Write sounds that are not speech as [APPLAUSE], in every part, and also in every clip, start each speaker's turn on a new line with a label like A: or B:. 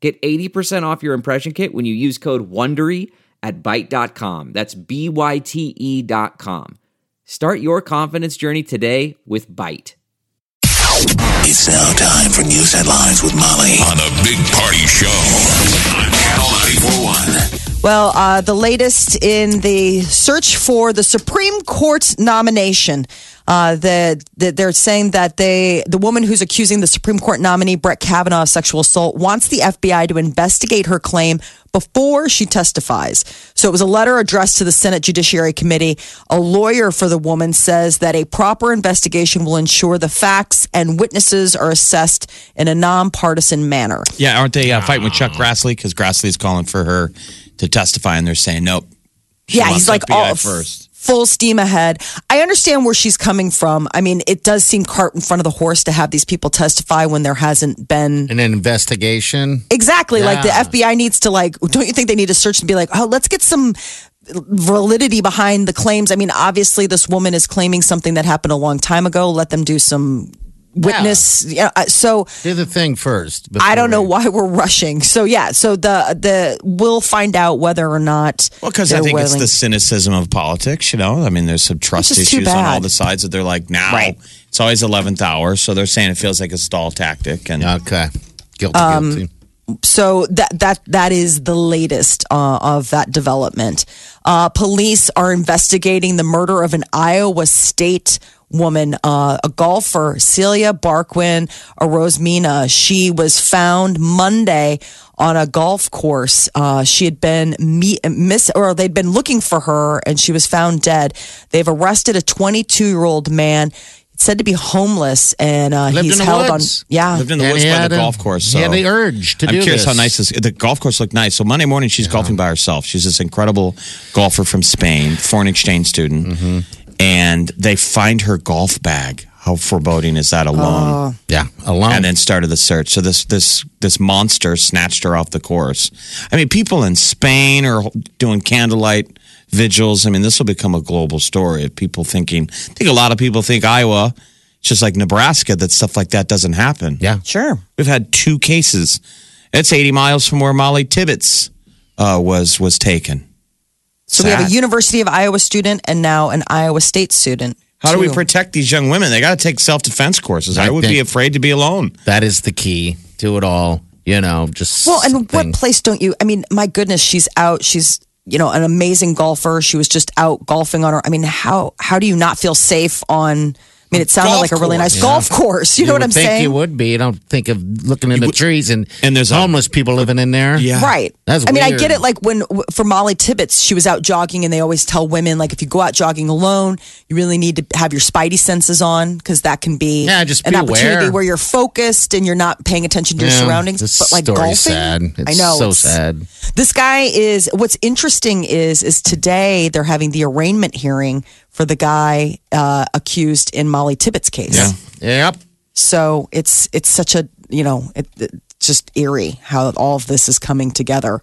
A: Get 80% off your impression kit when you use code WONDERY at Byte.com. That's B-Y-T-E E dot com. Start your confidence journey today with Byte.
B: It's now time for news headlines with Molly on the Big Party Show on Channel 941.
C: Well, uh, the latest in the search for the Supreme Court nomination. Uh, the, the, they're saying that they, the woman who's accusing the Supreme Court nominee Brett Kavanaugh of sexual assault wants the FBI to investigate her claim before she testifies. So it was a letter addressed to the Senate Judiciary Committee. A lawyer for the woman says that a proper investigation will ensure the facts and witnesses are assessed in a nonpartisan manner.
D: Yeah, aren't they uh, fighting with Chuck Grassley? Because Grassley's calling for her to testify, and they're saying nope. She
C: yeah,
D: wants
C: he's like
D: FBI
C: all
D: first.
C: full steam ahead. I understand where she's coming from. I mean, it does seem cart in front of the horse to have these people testify when there hasn't been
E: an investigation.
C: exactly like the
E: Yeah.
C: FBI needs to like. Don't you think they need to search and be like, oh, let's get some validity behind the claims? I mean, obviously, this woman is claiming something that happened a long time ago. Let them do some witness. Yeah, uh, so
E: Do the thing first.
C: I don't know
E: before
C: why we're [LAUGHS] rushing. So yeah, so the the we'll find out whether or not.
D: Well, because I
C: they're
D: think it's
C: willing-
D: the cynicism of politics. You know, I mean, there's some trust
C: Which is too
D: issues on all
C: bad.
D: the sides that they're like now. It's always eleventh hour, so they're saying it feels like a stall tactic. And
E: we- Okay. Guilty,
C: Um,
E: guilty.
C: so that that that is the latest uh, of that development. Uh, police are investigating the murder of an Iowa State woman, uh, a golfer, Celia Barquin Arosmina. She was found Monday on a golf course. Uh, she had been me- miss, or they'd been looking for her, and she was found dead. They've arrested a 22 year old man. Said to be homeless, and uh,
E: Lived
C: he's
E: in the
C: held
E: woods.
C: on. Yeah,
D: lived in the
E: And
D: woods
E: he
D: by
E: had
D: the
E: a-
D: golf course. So
E: he had the urge to
D: I'm
E: do
D: curious how
E: this.
D: nice this. The golf course looked nice. So Monday morning, she's golfing by herself. She's this incredible golfer from Spain, foreign exchange student,
E: Mm-hmm.
D: and they find her golf bag. How foreboding is that
C: Oh.
D: alone?
E: Yeah. Alone.
D: and then started the search. So this this this monster snatched her off the course. I mean, people in Spain are doing candlelight vigils. I mean, this will become a global story of people thinking. I think a lot of people think Iowa, it's just like Nebraska, that stuff like that doesn't happen.
E: yeah.
C: sure.
D: We've had two cases. It's 80 miles from where Molly Tibbetts uh, was was taken.
C: So we have a
D: Sad.
C: University of Iowa student and now an Iowa State student.
D: How do we
C: too.
D: protect these young women? They got to take self defense courses. I,
E: I
D: would be
E: think-
D: afraid to be alone.
E: That is the key to it all. You know, just
C: Well, and
E: something.
C: what place don't you? I mean, my goodness, she's out. She's you know an amazing golfer. She was just out golfing on her. I mean, how how do you not feel safe on? I mean, it sounded
D: Golf
C: like a really nice golf course. You, know what
E: would
C: I'm
E: think
C: saying?
E: You would be. You don't think of looking in the trees and
D: and there's a-
E: homeless people living in there.
D: Yeah.
C: Right.
E: That's
C: I mean, I
E: weird.
C: get it. Like when w- for Molly Tibbetts, she was out jogging, and they always tell women like if you go out jogging alone, you really need to have your spidey senses on because that can be
E: Yeah, just
C: an
E: be
C: opportunity
E: aware.
C: where you're focused and you're not paying attention to your
E: Yeah,
C: surroundings.
E: This
C: but like golfing,
E: story's sad. It's
C: I know
E: so
C: it's-
E: sad.
C: This guy is. What's interesting is is today they're having the arraignment hearing for the guy uh, accused in Molly Tibbetts' case.
D: Yeah.
E: Yep.
C: So it's it's such a you know it, it- just eerie how all of this is coming together.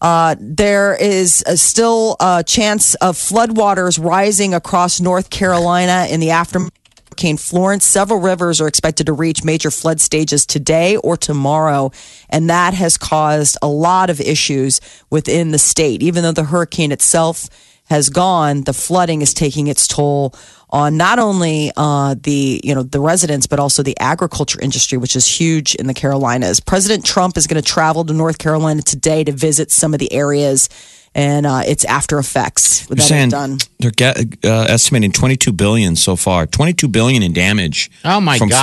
C: Uh, there is a still a chance of floodwaters rising across North Carolina in the aftermath. of Hurricane Florence, several rivers are expected to reach major flood stages today or tomorrow, and that has caused a lot of issues within the state. Even though the hurricane itself has gone, the flooding is taking its toll on not only uh, the you know the residents but also the agriculture industry, which is huge in the Carolinas. President Trump is going to travel to North Carolina today to visit some of the areas and uh, its after effects that
D: You're saying
C: have done.
D: they're get, uh, estimating 22 billion so far. 22 billion in damage.
E: Oh my
D: from
E: gosh.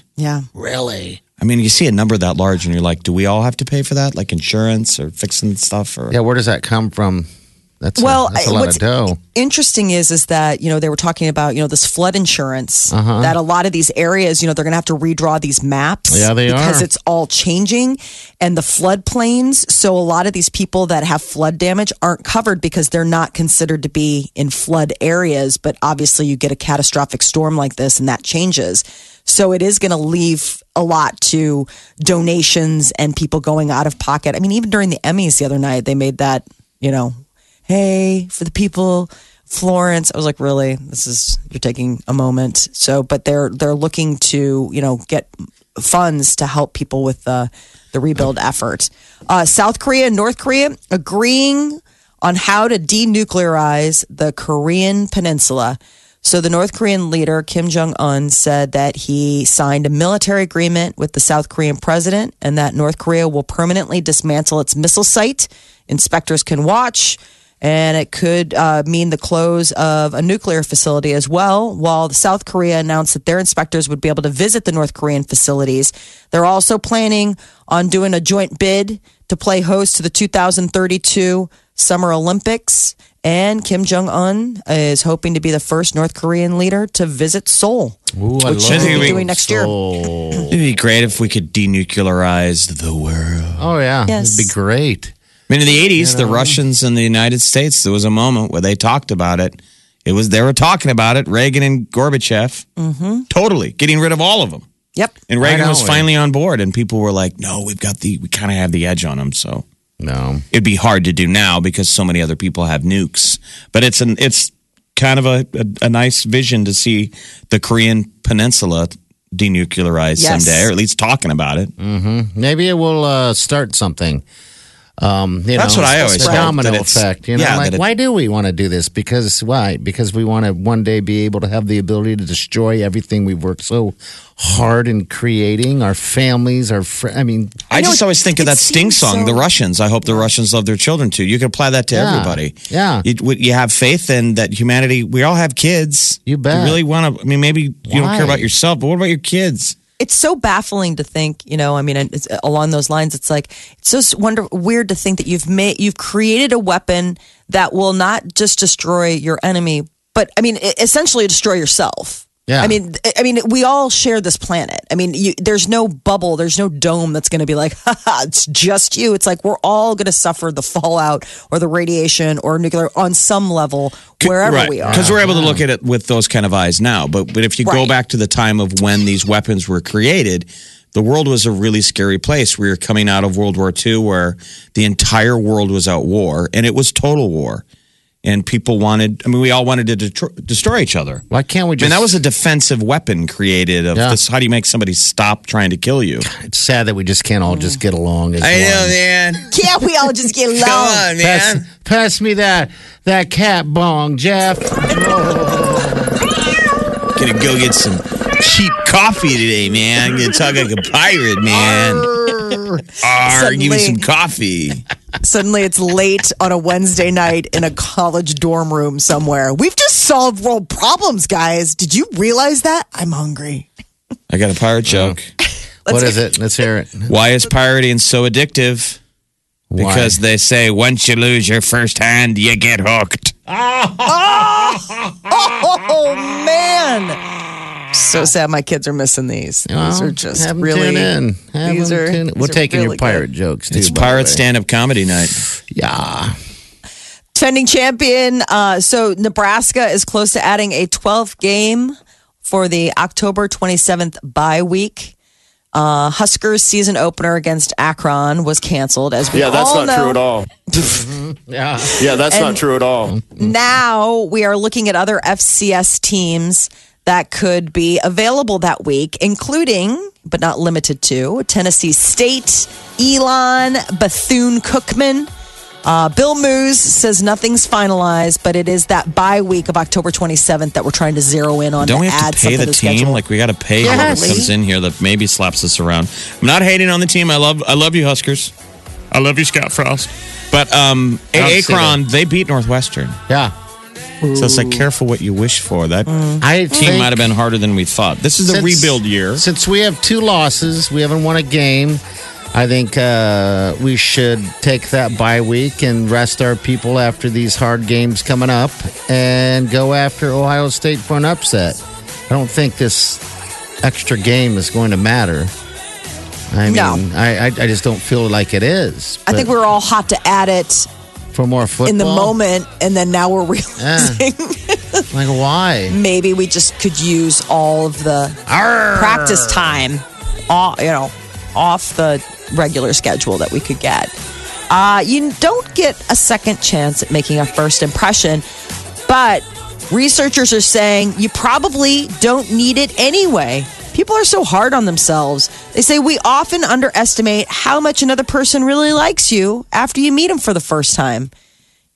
D: Florence.
C: Yeah,
E: Really?
D: I mean, you see a number that large, and you're like, do we all have to pay for that? Like insurance or fixing stuff? Or
E: Yeah. Where does that come from? That's a-
C: well,
E: that's a
C: I-
E: lot
C: what's
E: of dough.
C: interesting is is that you know they were talking about you know this flood insurance
E: Uh-huh.
C: that a lot of these areas you know they're going to have to redraw these maps.
E: Yeah, they
C: because
E: are.
C: it's all changing and the floodplains. So a lot of these people that have flood damage aren't covered because they're not considered to be in flood areas. But obviously, you get a catastrophic storm like this, and that changes. So it is going to leave a lot to donations and people going out of pocket. I mean, even during the Emmys the other night, they made that you know hey for the people florence i was like really this is you're taking a moment so but they're they're looking to you know get funds to help people with the the rebuild effort uh, south korea and north korea agreeing on how to denuclearize the korean peninsula so the north korean leader kim jong-un said that he signed a military agreement with the south korean president and that north korea will permanently dismantle its missile site inspectors can watch. And it could uh, mean the close of a nuclear facility as well. While South Korea announced that their inspectors would be able to visit the North Korean facilities, they're also planning on doing a joint bid to play host to the 2032 Summer Olympics. And Kim Jong Un is hoping to be the first North Korean leader to visit Seoul,
E: Ooh, I
C: which
E: love
C: he'll be
D: it.
C: doing next year.
E: Soul.
D: It'd be great if we could denuclearize the world.
E: Oh yeah,
C: Yes.
E: it'd be great.
D: I mean, in the 80s, the Russians and the United States, there was a moment where they talked about it. It was they were talking about it, Reagan and Gorbachev, mm-hmm. totally getting rid of all of them.
C: Yep.
D: And Reagan
E: Right
D: was
E: on.
D: finally on board, and people were like, "No, we've got the we kind of have the edge on them." So
E: No,
D: it'd be hard to do now because so many other people have nukes. But it's an it's kind of a a, a nice vision to see the Korean Peninsula denuclearized
C: Yes.
D: someday, or at least talking about it.
E: maybe it will uh, start something. Um, you
D: That's
E: know,
D: what I always
E: the
D: hope,
E: domino
D: that it's-
E: effect. You know,
D: yeah,
E: like
D: that it-
E: why do we want to do this? Because why? Because we want to one day be able to have the ability to destroy everything we've worked so hard in creating our families, our fr- I mean,
D: I,
C: know,
D: just
C: it-
D: always think of
C: it
D: that sting
C: seems
D: song,
C: so-
D: "The Russians." I hope the Russians love their children too. You can apply that to
E: Yeah.
D: everybody.
E: Yeah.
D: you, you have faith in that humanity. We all have kids.
E: You bet.
D: really want to. I mean, maybe you don't care
E: Why?
D: about yourself, but what about your kids?
C: it's so baffling to think, you know, I mean, it's, along those lines, it's like, it's so s- wonder, weird to think that you've made, you've created a weapon that will not just destroy your enemy, but I mean, e- essentially destroy yourself.
E: Yeah.
C: I mean, I- I mean, we all share this planet. I mean, you, there's no bubble, there's no dome that's going to be like, [LAUGHS] haha, it's just you. It's like we're all going to suffer the fallout or the radiation or nuclear on some level, wherever we are.
D: Because we're able to look at it with those kind of eyes now. But but if you go
C: Right.
D: back to the time of when these weapons were created, the world was a really scary place. We were coming out of World War II where the entire world was at war and it was total war. And people wanted, I mean, we all wanted to detro- destroy each other.
E: why can't we
D: I mean,
E: just?
D: that was a defensive weapon created of
E: Yeah.
D: this. How do you make somebody stop trying to kill you?
E: it's sad that we just can't all just get along. As one.
D: man.
C: Can't we all just get along?
E: Pass, pass me that that cat bong, Jeff.
D: Gonna go get some cheap coffee today, man. Gonna talk like a pirate, man. Arr, give me some
C: Suddenly-
D: coffee.
C: Suddenly it's late on a Wednesday night in a college dorm room somewhere. We've just solved world problems, guys. Did you realize that? I'm hungry.
D: I got a pirate joke.
E: what is it? Let's hear it.
D: Why is pirating so addictive? Because they say once you lose your first hand, you get hooked.
C: Oh, man. So sad my kids are missing these. these
E: Well,
C: are just
E: have 'em
C: really
E: tune in. Have
C: these
E: 'em
C: are-
E: tune in.
C: these
E: We're
C: are
E: taking
C: really
E: your pirate jokes too.
D: It's
E: by
D: pirate
E: the way.
D: stand up comedy night.
E: Yeah.
C: Defending champion. Uh, so Nebraska is close to adding a 12th game for the October 27th bye week. Uh, Huskers season opener against Akron was canceled as we
F: Yeah, that's
C: all
F: not
C: know.
F: true at all.
E: Yeah.
F: Yeah, that's not true at all.
C: now we are looking at other FCS teams that could be available that week, including but not limited to Tennessee State, Elon, Bethune Cookman. Uh, Bill Moose says nothing's finalized, but it is that bye week of October 27th that we're trying to zero in on.
D: Don't we have
C: add
D: to pay
C: something to
D: the team?
C: schedule.
D: Like we got to pay whoever
C: Yes.
D: comes in here that maybe slaps us around. I'm not hating on the team. I love I love you Huskers,
G: I love you, Scott Frost.
D: but um,
E: Don't
D: A-
E: say
D: Akron they beat Northwestern.
E: Yeah.
D: So it's like careful what you wish for. That
E: I
D: team
E: think
D: might have been harder than we thought. This is a
E: Mm-hmm. since-
D: rebuild year.
E: Since we have two losses, we haven't won a game. I think uh, we should take that bye week and rest our people after these hard games coming up and go after Ohio State for an upset. I don't think this extra game is going to matter. I mean,
C: No.
E: I, I, I just don't feel like it is.
C: I think
E: But
C: we're all hot to add it
E: for more football
C: in the moment, and then now we're [LAUGHS] realizing
E: Like why?
C: maybe we just could use all of the practice time, all, you know, off the regular schedule that we could get. Uh, you don't get a second chance at making a first impression, but researchers are saying you probably don't need it anyway. People are so hard on themselves. They say we often underestimate how much another person really likes you after you meet them for the first time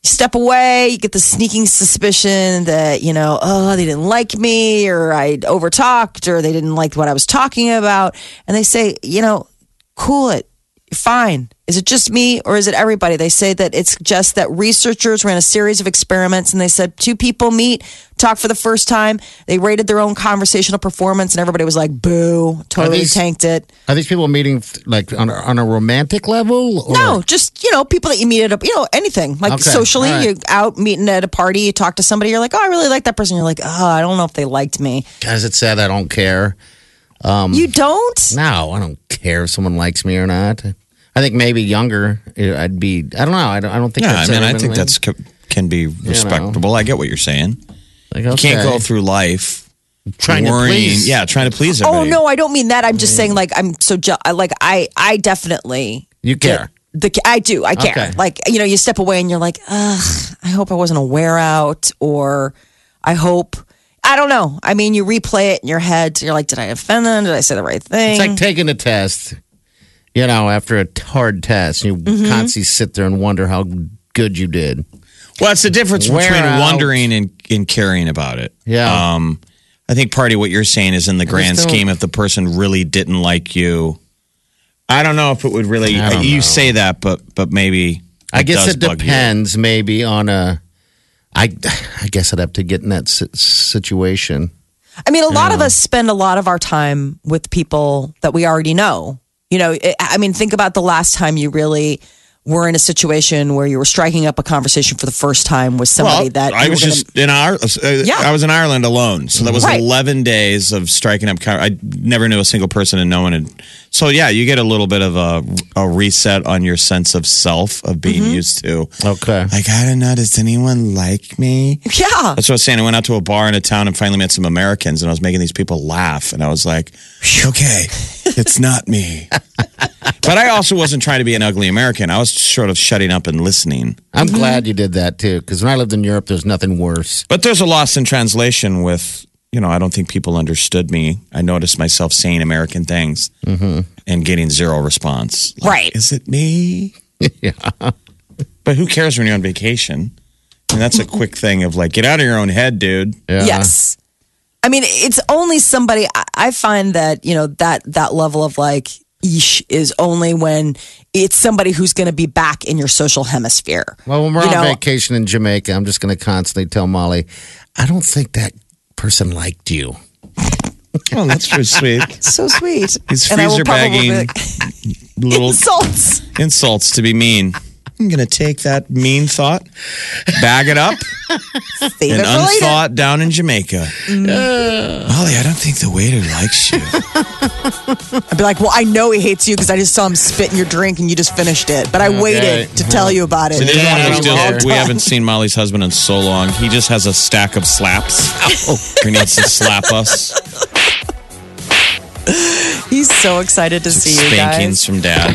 C: step away, you get the sneaking suspicion that, you know, oh, they didn't like me or I overtalked or they didn't like what I was talking about. And they say, you know, cool it. You're fine. Is it just me or is it everybody? They say that it's just that researchers ran a series of experiments and they said two people meet, talk for the first time. They rated their own conversational performance and everybody was like, boo, totally
E: these-
C: tanked it.
E: Are these people meeting like on a, on a romantic level? Or?
C: No, just you know, people that you meet at a you know anything like
E: Okay,
C: socially,
E: all right.
C: you're out meeting at a party, you talk to somebody, you're like, oh, I really like that person. You're like, oh, I don't know if they liked me.
E: Guys, it said I don't care. Um,
C: you don't.
E: No, I don't care if someone likes me or not. I think maybe younger, eh, I'd be. I don't know. I don't. I don't think.
D: Yeah, I
E: that's
D: mean, I
E: ever
D: think
E: been
D: that's ca- can be respectable. I get what you're saying.
E: like,
D: You
E: okay.
D: can't go through life
E: trying
D: worrying-
E: to please.
D: Yeah, trying to please
C: Oh
D: everybody.
C: no, I don't mean that. I'm just
E: Mm.
C: saying like I'm so je- I- like I I definitely
E: you care.
C: the I do I care.
E: Okay.
C: Like you know, you step away and you're like, ugh, I hope I wasn't a wear out, or I hope. I don't know. I mean, you replay it in your head. You're like, did I offend them? Did I say the right thing?
E: It's like taking a test. You know, after a hard test, you constantly sit there and wonder how good you did.
D: Well, it's the difference
E: Wear
D: between
E: out.
D: wondering and, and caring about it.
E: Yeah.
D: Um, I think part of what you're saying is in the grand
E: don't-
D: scheme, if the person really didn't like you, I don't know if it would really.
E: I don't
D: You
E: know.
D: say that, but but maybe.
E: I guess
D: does
E: it
D: bug you.
E: depends, maybe on a. I I guess I'd have to get in that si- situation.
C: I mean, a lot of us spend a lot of our time with people that we already know. You know, it, I mean, think about the last time you really were in a situation where you were striking up a conversation for the first time with somebody
D: Well,
C: that
D: I
C: you
D: was
C: were gonna-
D: just in Ireland. uh,
C: Yeah.
D: I was in Ireland alone, so that was
C: Right.
D: eleven days of striking up. con- I never knew a single person, and no one. Had, so yeah, you get a little bit of a, a reset on your sense of self of being
C: Mm-hmm.
D: used to.
E: Okay.
D: Like I don't know, does anyone like me?
C: [LAUGHS] yeah.
D: [LAUGHS] That's what I was saying. I went out to a bar in a town and finally met some Americans, and I was making these people laugh, and I was like, "Okay, it's
C: [LAUGHS]
D: not me." but I also wasn't trying to be an ugly American. I was sort of shutting up and listening.
E: I'm glad you did that too, because when I lived in Europe, there's nothing worse.
D: But there's a loss in translation with, you know, I don't think people understood me. I noticed myself saying American things
C: Mm-hmm.
D: and getting zero response. Like,
C: Right.
D: Is
C: [LAUGHS]
D: it me?
E: Yeah.
D: But who cares when you're on vacation? And that's a quick thing of like, get out of your own head, dude.
C: Yes. I mean, it's only somebody I- I find that, you know, that that level of like eesh is only when it's somebody who's going to be back in your social hemisphere.
E: Well, when we're
C: You
E: on
C: know,
E: vacation in Jamaica, I'm just going to constantly tell Molly, I don't think that person
D: [LAUGHS]
E: liked you.
D: Well,
C: [LAUGHS]
D: Oh, that's pretty sweet.
C: so
D: [LAUGHS]
C: sweet.
D: He's
C: And I will
D: freezer
C: probably be
D: bagging
C: like, [LAUGHS]
D: little
C: insults.
D: insults to be mean. I'm going to take that mean thought, bag
C: [LAUGHS]
D: it up,
C: Save
D: and
C: it for later. Mm.
D: unthought down in Jamaica. Molly, I don't think the waiter likes you.
C: I'd be like, well, I know he hates you because I just saw him spit in your drink and you just finished it. But I waited to
D: Mm-hmm.
C: tell you about it.
D: It is one of those
E: Yeah.
D: deals. We haven't seen Molly's husband in so long. He just has a stack of slaps. [LAUGHS] He needs to slap us.
C: He's so excited to see you
D: Spankings
C: guys.
D: from dad.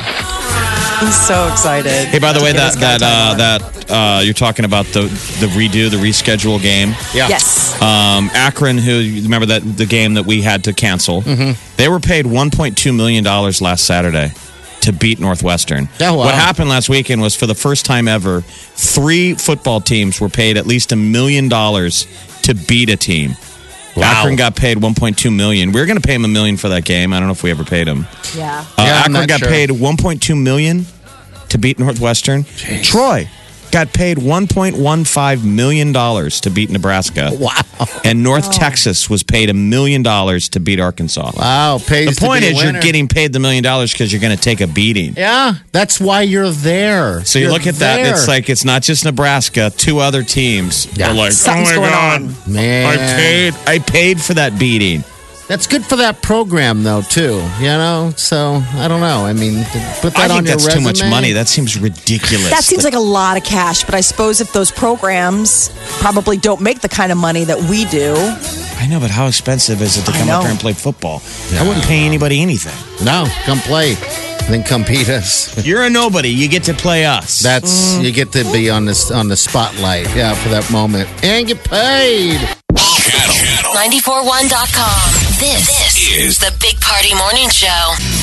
C: He's so excited.
D: Hey, by the way, that that uh,
C: that
D: that uh, you're talking about the the redo, the reschedule game.
E: Yeah.
C: yes,
D: Um, Akron, who you remember that the game that we had to cancel,
E: Mm-hmm.
D: they were paid 1.2 million dollars last Saturday to beat Northwestern.
E: Oh, wow.
D: What happened last weekend was for the first time ever, three football teams were paid at least a million dollars to beat a team. Akron got paid 1.2 million. We were going to pay him a million for that game. I don't know if we ever paid him.
C: yeah.
D: Uh,
E: Yeah,
D: Akron
E: I'm not
D: got
E: sure.
D: paid 1.2 million to beat Northwestern. Troy got paid $1.15 million to beat Nebraska.
E: Wow.
D: And North
C: Oh.
D: Texas was paid a million dollars to beat Arkansas.
E: Wow. Pays
D: The point
E: to be a
D: is, you're
E: winner.
D: getting paid the million dollars because you're going to take a beating.
E: Yeah, that's why you're there.
D: So you
E: You're
D: look at that,
E: there.
D: it's like it's not just Nebraska, two other teams.
E: Yeah.
D: are like,
C: Something's
G: oh my
C: going
G: God.
C: on.
G: I
E: man,
G: paid.
D: I paid for that beating.
E: that's good for that program though too. You know, so I don't know. I mean, to put
D: I
E: that on
D: think
E: your
D: that's too much
E: resume-
D: money. That seems ridiculous.
C: That seems like a lot of cash, but I suppose if those programs probably don't make the kind of money that we do,
D: I know, but how expensive is it to
C: I
D: come
C: know.
D: up here and play football? I wouldn't pay anybody
E: [LAUGHS]
D: anything.
E: No, come play, then come beat us.
D: You're a nobody. You get to play us.
E: That's
C: Mm.
E: you get to be on this on the spotlight. Yeah, for that moment and get paid.
B: Channel, Channel
F: 941.com. This, this is the Big Party Morning Show.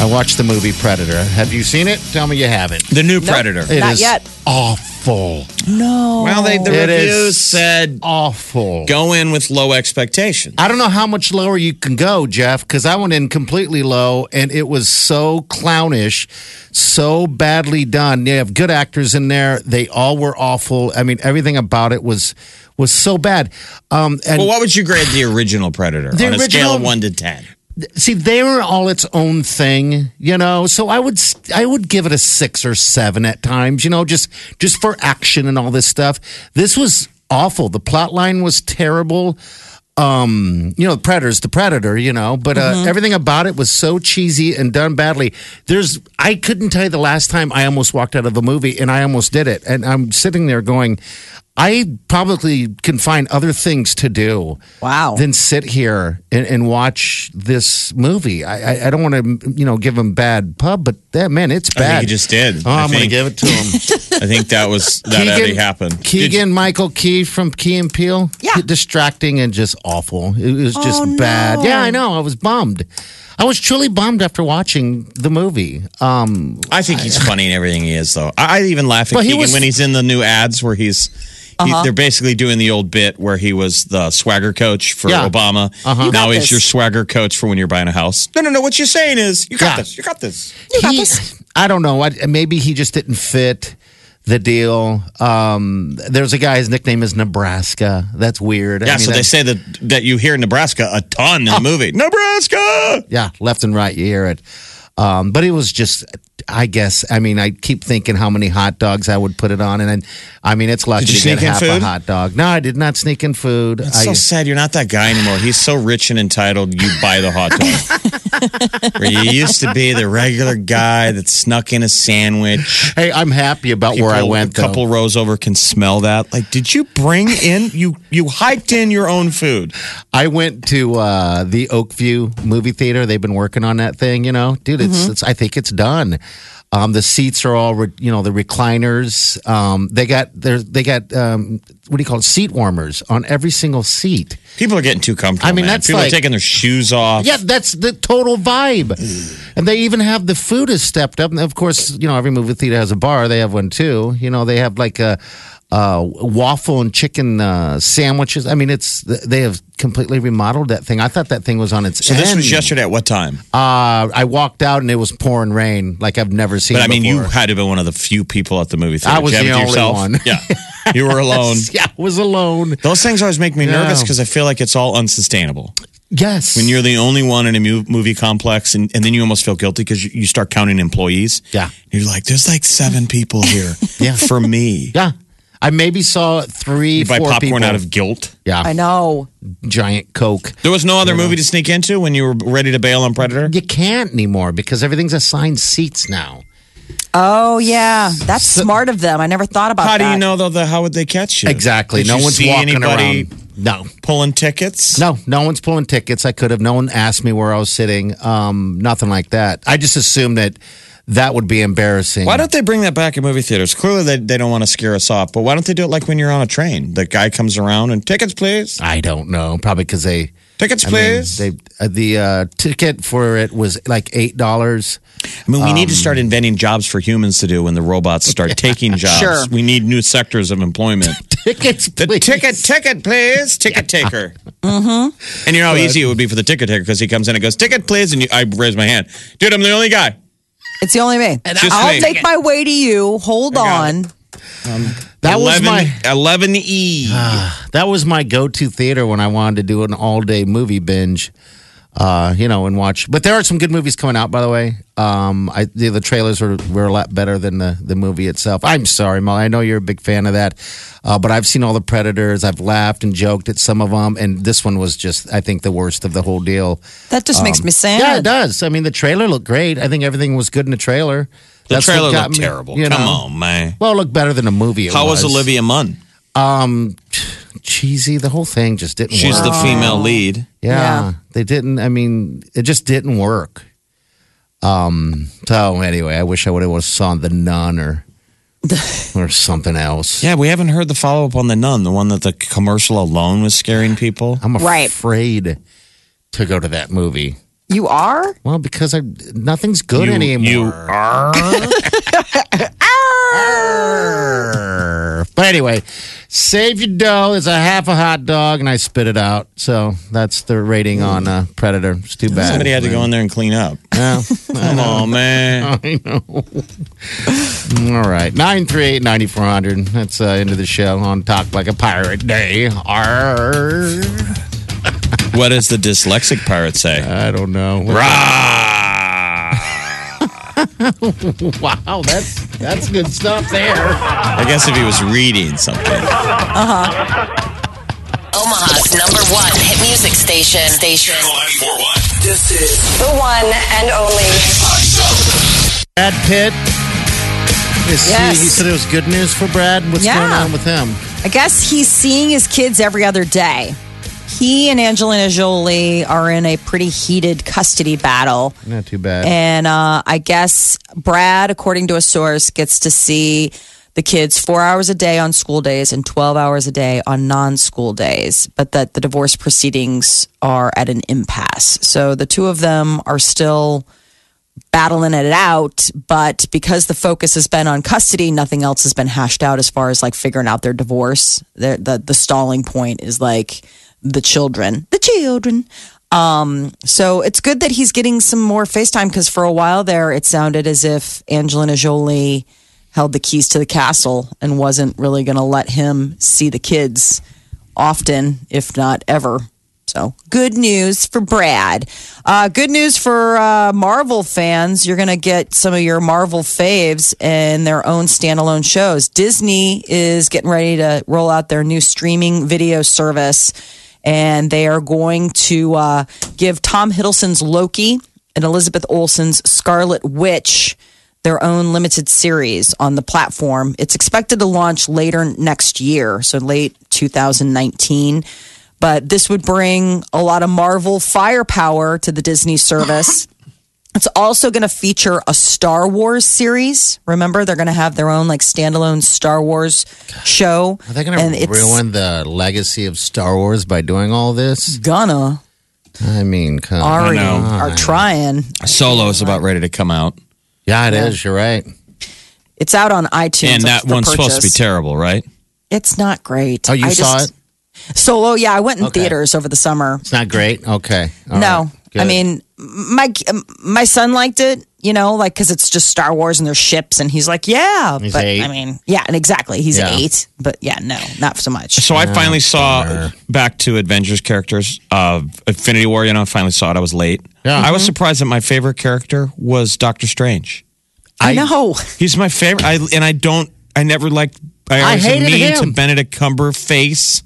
E: I watched the movie Predator. Have you seen it? Tell me you haven't.
D: the new predator.
E: It
C: Not
E: is
C: yet.
E: awful.
C: no.
D: Well, they, the
E: It
D: reviews
E: is
D: said
E: Awful.
D: go in with low expectations.
E: I don't know how much lower you can go, Jeff, because I went in completely low and it was so clownish, so badly done. They have good actors in there. They all were awful. I mean, everything about it was was so bad. Um, and
D: Well, what would you grade the original Predator
E: The
D: on a scale of
E: original-
D: one to ten?
E: see, they were all its own thing, you know. So I would s- I would give it a six or seven at times, you know, just just for action and all this stuff. This was awful. The plot line was terrible. um, you know, the predator's the predator, you know, but uh, everything about it was so cheesy and done badly. There's, I couldn't tell you the last time I almost walked out of the movie and I almost did it. And I'm sitting there going, I probably can find other things to do.
C: Wow.
E: Than sit here and, and watch this movie. I, I, I don't want to, you know, give him bad pub, but that man, it's
D: I
E: bad.
D: think you just did.
E: Oh,
D: I
E: I'm going
D: think-
E: to give it to him.
D: [LAUGHS] I think that was that already happened. Did you-
E: Keegan Michael Key from Key and Peele.
C: Yeah.
E: Distracting and just awful. It was just
C: Oh,
E: bad.
C: no.
E: Yeah, I know. I was bummed. I was truly bummed after watching the movie. Um,
D: I think he's funny in everything he is, though. I, I even laugh at
E: Well, he
D: Keegan
E: was- Uh-huh.
D: when he's in the new ads where he's. he- they're basically doing the old bit where he was the swagger coach for
E: Yeah. Uh-huh.
D: Obama.
C: You
D: Now
C: got
D: he's
C: this.
D: your swagger coach for when you're buying a house. No, no, no. What you're saying is, you got
E: Yeah.
D: this. You got this.
E: he- I don't know. I, maybe he just didn't fit the deal. Um, there's a guy, his nickname is Nebraska. That's weird.
D: Yeah.
E: I mean,
D: so they
E: that-
D: say that that you hear Nebraska a ton
E: Ah.
D: in the movie. Nebraska.
E: yeah, left and right, you hear it. Um, but it was just, I guess, I mean, I keep thinking how many hot dogs I would put it on, and I, I mean, it's lucky
D: Did you
E: to get
D: sneak in
E: half a
D: food?
E: hot dog. No, I did not sneak in food.
D: It's so
E: I,
D: sad. You're not that guy anymore. He's so rich and entitled. You buy the hot dog.
E: [LAUGHS]
D: Where you used to be the regular guy that snuck in a sandwich.
E: hey, I'm happy about where I
D: People
E: went.
D: A couple
E: Though.
D: rows over can smell that. Like, did you bring in you you hiked in your own food?
E: I went to uh, the Oakview movie theater. They've been working on that thing, you know, dude. It's,
D: Mm-hmm.
E: it's I think it's done. Um, the seats are all, re- you know, the recliners. Um, they got there's they got um, what do you call it? Seat warmers on every single seat.
D: People are getting too comfortable.
E: I mean,
D: man.
E: that's
D: people
E: like-
D: are taking their shoes off.
E: Yeah, that's the total vibe. And they even have the food has stepped up. And of course, you know, every movie theater has a bar. They have one too. You know, they have like a, uh waffle and chicken uh, sandwiches. I mean, it's they have completely remodeled that thing. I thought that thing was on its
D: So
E: end.
D: this was yesterday at what time?
E: Uh, I walked out and it was pouring rain like I've never seen.
D: but I mean, you
E: before.
D: had to be one of the few people at the movie theater.
E: I was
D: Did you have
E: the
D: it to
E: only
D: yourself?
E: one.
D: Yeah, you
E: [LAUGHS]
D: were alone.
E: Yeah, I was alone.
D: Those things always make me
E: Yeah.
D: nervous because I feel like it's all unsustainable.
E: Yes,
D: when you're the only one in a mu- movie complex and, and then you almost feel guilty because you, you start counting employees
E: Yeah.
D: you're like there's like seven people here
E: [LAUGHS] Yeah.
D: for me
E: yeah. I maybe saw three,
D: you buy
E: four
D: popcorn
E: people.
D: out of guilt
E: yeah,
C: I know.
E: giant Coke.
D: there was no other movie to sneak into when you were ready to bail on predator
E: You can't anymore because everything's assigned seats now.
C: Oh, yeah. That's smart of them. I never thought about
D: how
C: that.
D: do you know though the, how would they catch you
E: Exactly.
D: Did
E: no
D: you
E: one's
D: see
E: walking
D: anybody
E: around. No.
D: pulling tickets
E: No, no one's pulling tickets. I could have. No one asked me where I was sitting. Um, nothing like that. I just assumed that that would be embarrassing.
D: why don't they bring that back in movie theaters? Clearly, they, they don't want to scare us off, but why don't they do it like when you're on a train? The guy comes around and tickets, please.
E: I don't know. Probably because they.
D: Tickets,
E: I mean,
D: please.
E: they uh, the uh, ticket for it was like eight dollars.
D: I mean, we
E: Um,
D: need to start inventing jobs for humans to do when the robots
E: [LAUGHS]
D: start taking jobs.
C: Sure.
D: We need new sectors of employment.
E: Tickets,
D: the
E: [LAUGHS] please.
D: ticket, ticket, please. Ticket
E: [LAUGHS]
D: taker. Mm-hmm. And you know how easy it would be for the ticket taker because he comes in and goes, ticket, please. And you, I raise my hand. Dude, I'm the only guy.
C: It's the only way.
D: Just
C: I'll
D: me.
C: take my way to you. Hold
D: I got
C: on.
E: That was my Ah,
D: 11 E.
E: that was my go-to theater when I wanted to do an all-day movie binge. Uh, you know, and watch. But there are some good movies coming out, by the way. Um, I the, the trailers were, were a lot better than the, the movie itself. I'm sorry, Molly. I know you're a big fan of that, uh, but I've seen all the Predators. I've laughed and joked at some of them, and this one was just, I think, the worst of the whole deal.
C: That just
D: Um,
C: makes me sad.
E: Yeah, it does. I mean, the trailer looked great. I think everything was good in the trailer.
D: The
E: That's what
D: trailer
E: got
D: looked
E: me,
D: terrible.
E: you
D: Come
E: know.
D: on, man.
E: Well, it looked better than a movie. It
D: How was
E: was Um,
D: Olivia Munn?
E: cheesy. The whole thing just didn't
D: She's
E: work.
D: the female lead.
C: Yeah.
E: yeah, They didn't, I mean, it just didn't work. Um, so anyway, I wish I would have saw The Nun or or something else.
D: Yeah, we haven't heard the follow up on The Nun, the one that the commercial alone was scaring people.
E: I'm
C: Right.
E: afraid to go to that movie.
C: You are?
E: Well, because I nothing's good
D: You-
E: anymore.
D: you
E: are. But anyway, save your dough. It's a half a hot dog, and I spit it out. So that's the rating on uh, Predator. It's too bad.
D: Somebody had to go in there and clean up.
E: Yeah.
D: Come on,
E: [LAUGHS]
D: man.
E: I know. All right. 938 9400. That's uh, end of the show on Talk Like a Pirate Day. Arr.
D: What does the dyslexic pirate say?
E: I don't know.
D: Rah!
E: [LAUGHS] Wow, that's that's good stuff there.
D: I guess if he was reading something.
F: Omaha's number one hit music station. Station.
B: This is
H: The one and only.
E: Brad Pitt. Is he-
C: Yes.
E: he, said it was good news for Brad. What's
C: Yeah.
E: going on with him?
C: I guess he's seeing his kids every other day. He and Angelina Jolie are in a pretty heated custody battle.
E: Not too bad.
C: And uh, I guess Brad, according to a source, gets to see the kids four hours a day on school days and 12 hours a day on non school days, but that the divorce proceedings are at an impasse. So the two of them are still battling it out, but because the focus has been on custody, nothing else has been hashed out as far as like figuring out their divorce. The, the, the stalling point is like the children, the children. Um, so it's good that he's getting some more FaceTime because for a while there, it sounded as if Angelina Jolie held the keys to the castle and wasn't really going to let him see the kids often, if not ever. So good news for Brad. Uh, good news for uh, Marvel fans. You're going to get some of your Marvel faves in their own standalone shows. Disney is getting ready to roll out their new streaming video service, and they are going to uh, give Tom Hiddleston's Loki and Elizabeth Olsen's Scarlet Witch their own limited series on the platform. It's expected to launch later next year, so late 2019. But this would bring a lot of Marvel firepower to the Disney service.
E: [LAUGHS]
C: It's also going to feature a Star Wars series. Remember, they're going to have their own like standalone Star Wars show.
E: Are they going
C: And
E: to
C: it's
E: ruin the legacy of Star Wars by doing all this?
C: Gonna
E: I mean, come on.
C: already
D: know.
C: are trying.
D: Solo is about ready to come out.
E: Yeah, it is. You're right.
C: It's out on iTunes.
D: And that
C: for
D: one's supposed to be
C: purchase.
D: terrible, right?
C: It's not great.
E: Oh, you
C: I
E: saw
C: just-
E: it?
C: Solo, yeah, I went in
E: Okay.
C: theaters over the summer.
E: It's not great. Okay. All
C: no,
E: right. Good.
C: I mean, my my son liked it. You know, like because it's just Star Wars and there's ships, and he's like, yeah.
E: He's
C: but
E: eight.
C: I mean, yeah, and exactly, he's
E: Yeah.
C: eight. But yeah, no, not so much.
D: So I finally saw back to Avengers characters of Infinity War. You know, I finally saw it. I was late.
E: Yeah.
D: I was surprised that my favorite character was Doctor Strange.
C: I, know.
D: He's my favorite. I and I don't. I never liked. I always am
E: hated
D: mean to
E: him.
D: Benedict Cumberface.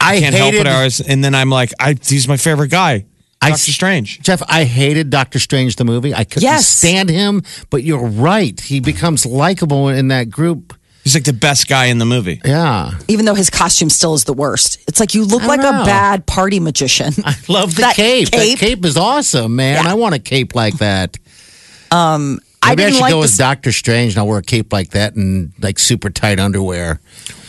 E: I
D: Can't help
E: hated
D: it. Mm-hmm. I always, and then I'm like, I, he's my favorite guy.
E: I
D: Doctor
E: s-
D: Strange.
E: Jeff, I hated Doctor Strange the movie. I couldn't
C: Yes.
E: stand him, but you're right. He becomes likable in that group.
D: He's like the best guy in the movie.
E: Yeah.
C: Even though his costume still is the worst, it's like you look
E: I
C: like
E: don't
C: a
E: know.
C: bad party
E: [LAUGHS]
C: magician.
E: I love the
C: That
E: cape.
C: cape.
E: That cape is awesome, man. I want a cape like that.
C: Um, I
E: Maybe I,
C: didn't
E: should
C: like
E: go
C: the
E: as Doctor Strange and I'll wear a cape like that and like super tight underwear.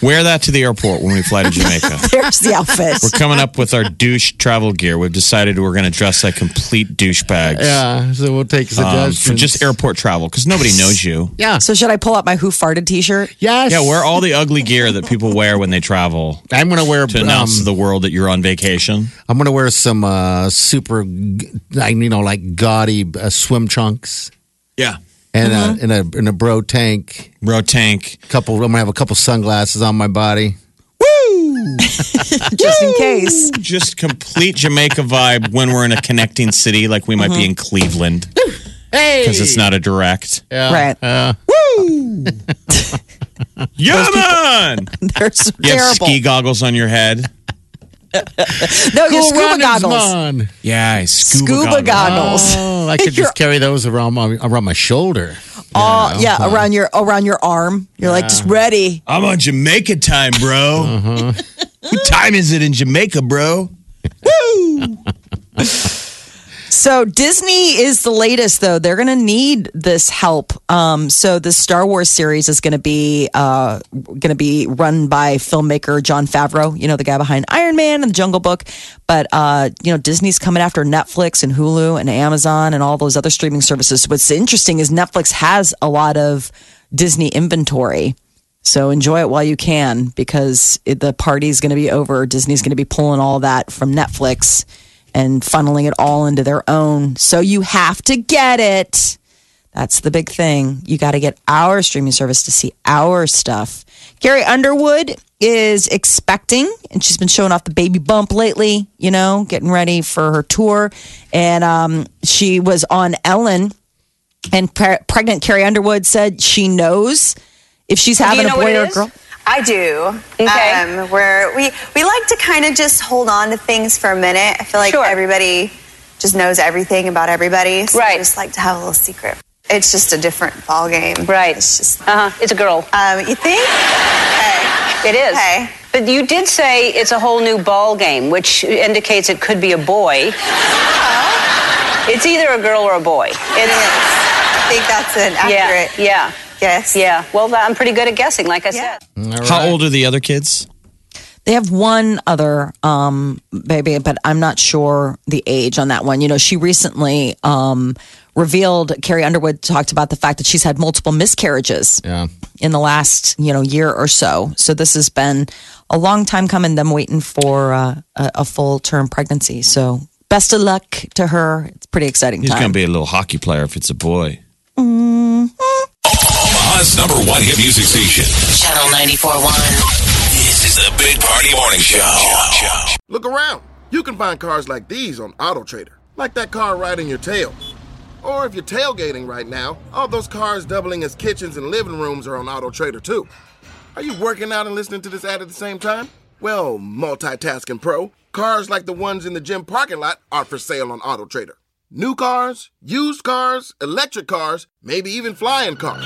D: Wear that to the airport when we fly to Jamaica.
C: there's the outfit.
D: We're coming up with our douche travel gear. We've decided we're going to dress like complete douchebags.
E: Yeah. So we'll take
D: um,
E: suggestions.
D: for just airport travel because nobody knows you.
E: [LAUGHS] Yeah.
C: So should I pull out my who farted T-shirt?
E: yes.
D: Yeah, wear all the ugly gear that people wear when they travel
E: I'm gonna wear.
D: to announce to
E: Um,
D: the world that you're on vacation.
E: I'm gonna wear some uh, super, g- like you know, like gaudy uh, swim trunks.
D: Yeah.
E: and a, in a in a bro tank.
D: Bro tank.
E: Couple, I'm gonna have a couple sunglasses on my body.
D: Woo!
C: just in case.
D: Just complete Jamaica vibe when we're in a connecting city, like we might be in Cleveland.
E: Mm-hmm. Hey,
D: Because it's not a direct.
E: Yeah.
C: Right.
D: Yeah, man!
C: [LAUGHS] They're so
D: You have
C: terrible.
D: ski goggles on your head.
C: no, your
E: Go
C: scuba
E: round and
C: goggles.
E: mon.
D: Yeah, I- scuba,
C: Scuba goggles.
E: Oh, I could just carry those around my around my shoulder.
C: Oh
E: You know?
C: yeah, around your around your arm. You're like just ready.
D: I'm on Jamaica time, bro. What time is it in Jamaica, bro?
C: So Disney is the latest, though. They're going to need this help. Um, so the Star Wars series is going to be uh, going to be run by filmmaker John Favreau. You know, the guy behind Iron Man and the Jungle Book. But uh, you know, Disney's coming after Netflix and Hulu and Amazon and all those other streaming services. What's interesting is Netflix has a lot of Disney inventory. So enjoy it while you can because it, the party's going to be over. Disney's going to be pulling all that from Netflix and funneling it all into their own. So you have to get it. That's the big thing. You got to get our streaming service to see our stuff. Gary Underwood is expecting, and she's been showing off the baby bump lately, you know, getting ready for her tour. And um, she was on Ellen, and pre- pregnant Carrie Underwood said she knows if she's having a boy or a girl.
H: I do.
I: Okay.
H: Um, where we we like to kind of just hold on to things for a minute. I feel like
I: Sure.
H: everybody just knows everything about everybody. So we
I: Right.
H: just like to have a little secret. It's just a different ball game.
I: Right.
H: It's just.
I: Uh-huh. It's a girl.
H: Um, you think? Okay.
I: It is.
H: Okay.
I: But you did say it's a whole new ball game, which indicates it could be a boy. It's either a girl or a boy.
H: It is.
I: It's,
H: I think that's an
I: yeah,
H: accurate
I: yeah,
H: guess.
I: yeah. Well, I'm pretty good at guessing, like I
H: Yeah.
I: said.
D: How old are the other kids?
C: They have one other um, baby, but I'm not sure the age on that one. You know, she recently um, revealed Carrie Underwood talked about the fact that she's had multiple miscarriages
E: Yeah.
C: in the last you know year or so. So this has been a long time coming. Them waiting for uh, a, a full term pregnancy. So best of luck to her. It's pretty exciting
D: He's
C: time.
D: going to be a little hockey player if it's a boy.
B: Omaha's number one hit music station.
F: Channel 94.1.
B: This is the Big Party Morning Show.
J: Look around. You can find cars like these on AutoTrader, like that car riding your tail. Or if you're tailgating right now, all those cars doubling as kitchens and living rooms are on AutoTrader too. Are you working out and listening to this ad at the same time? Well, multitasking pro, cars like the ones in the gym parking lot are for sale on AutoTrader. New cars, used cars, electric cars, maybe even flying cars.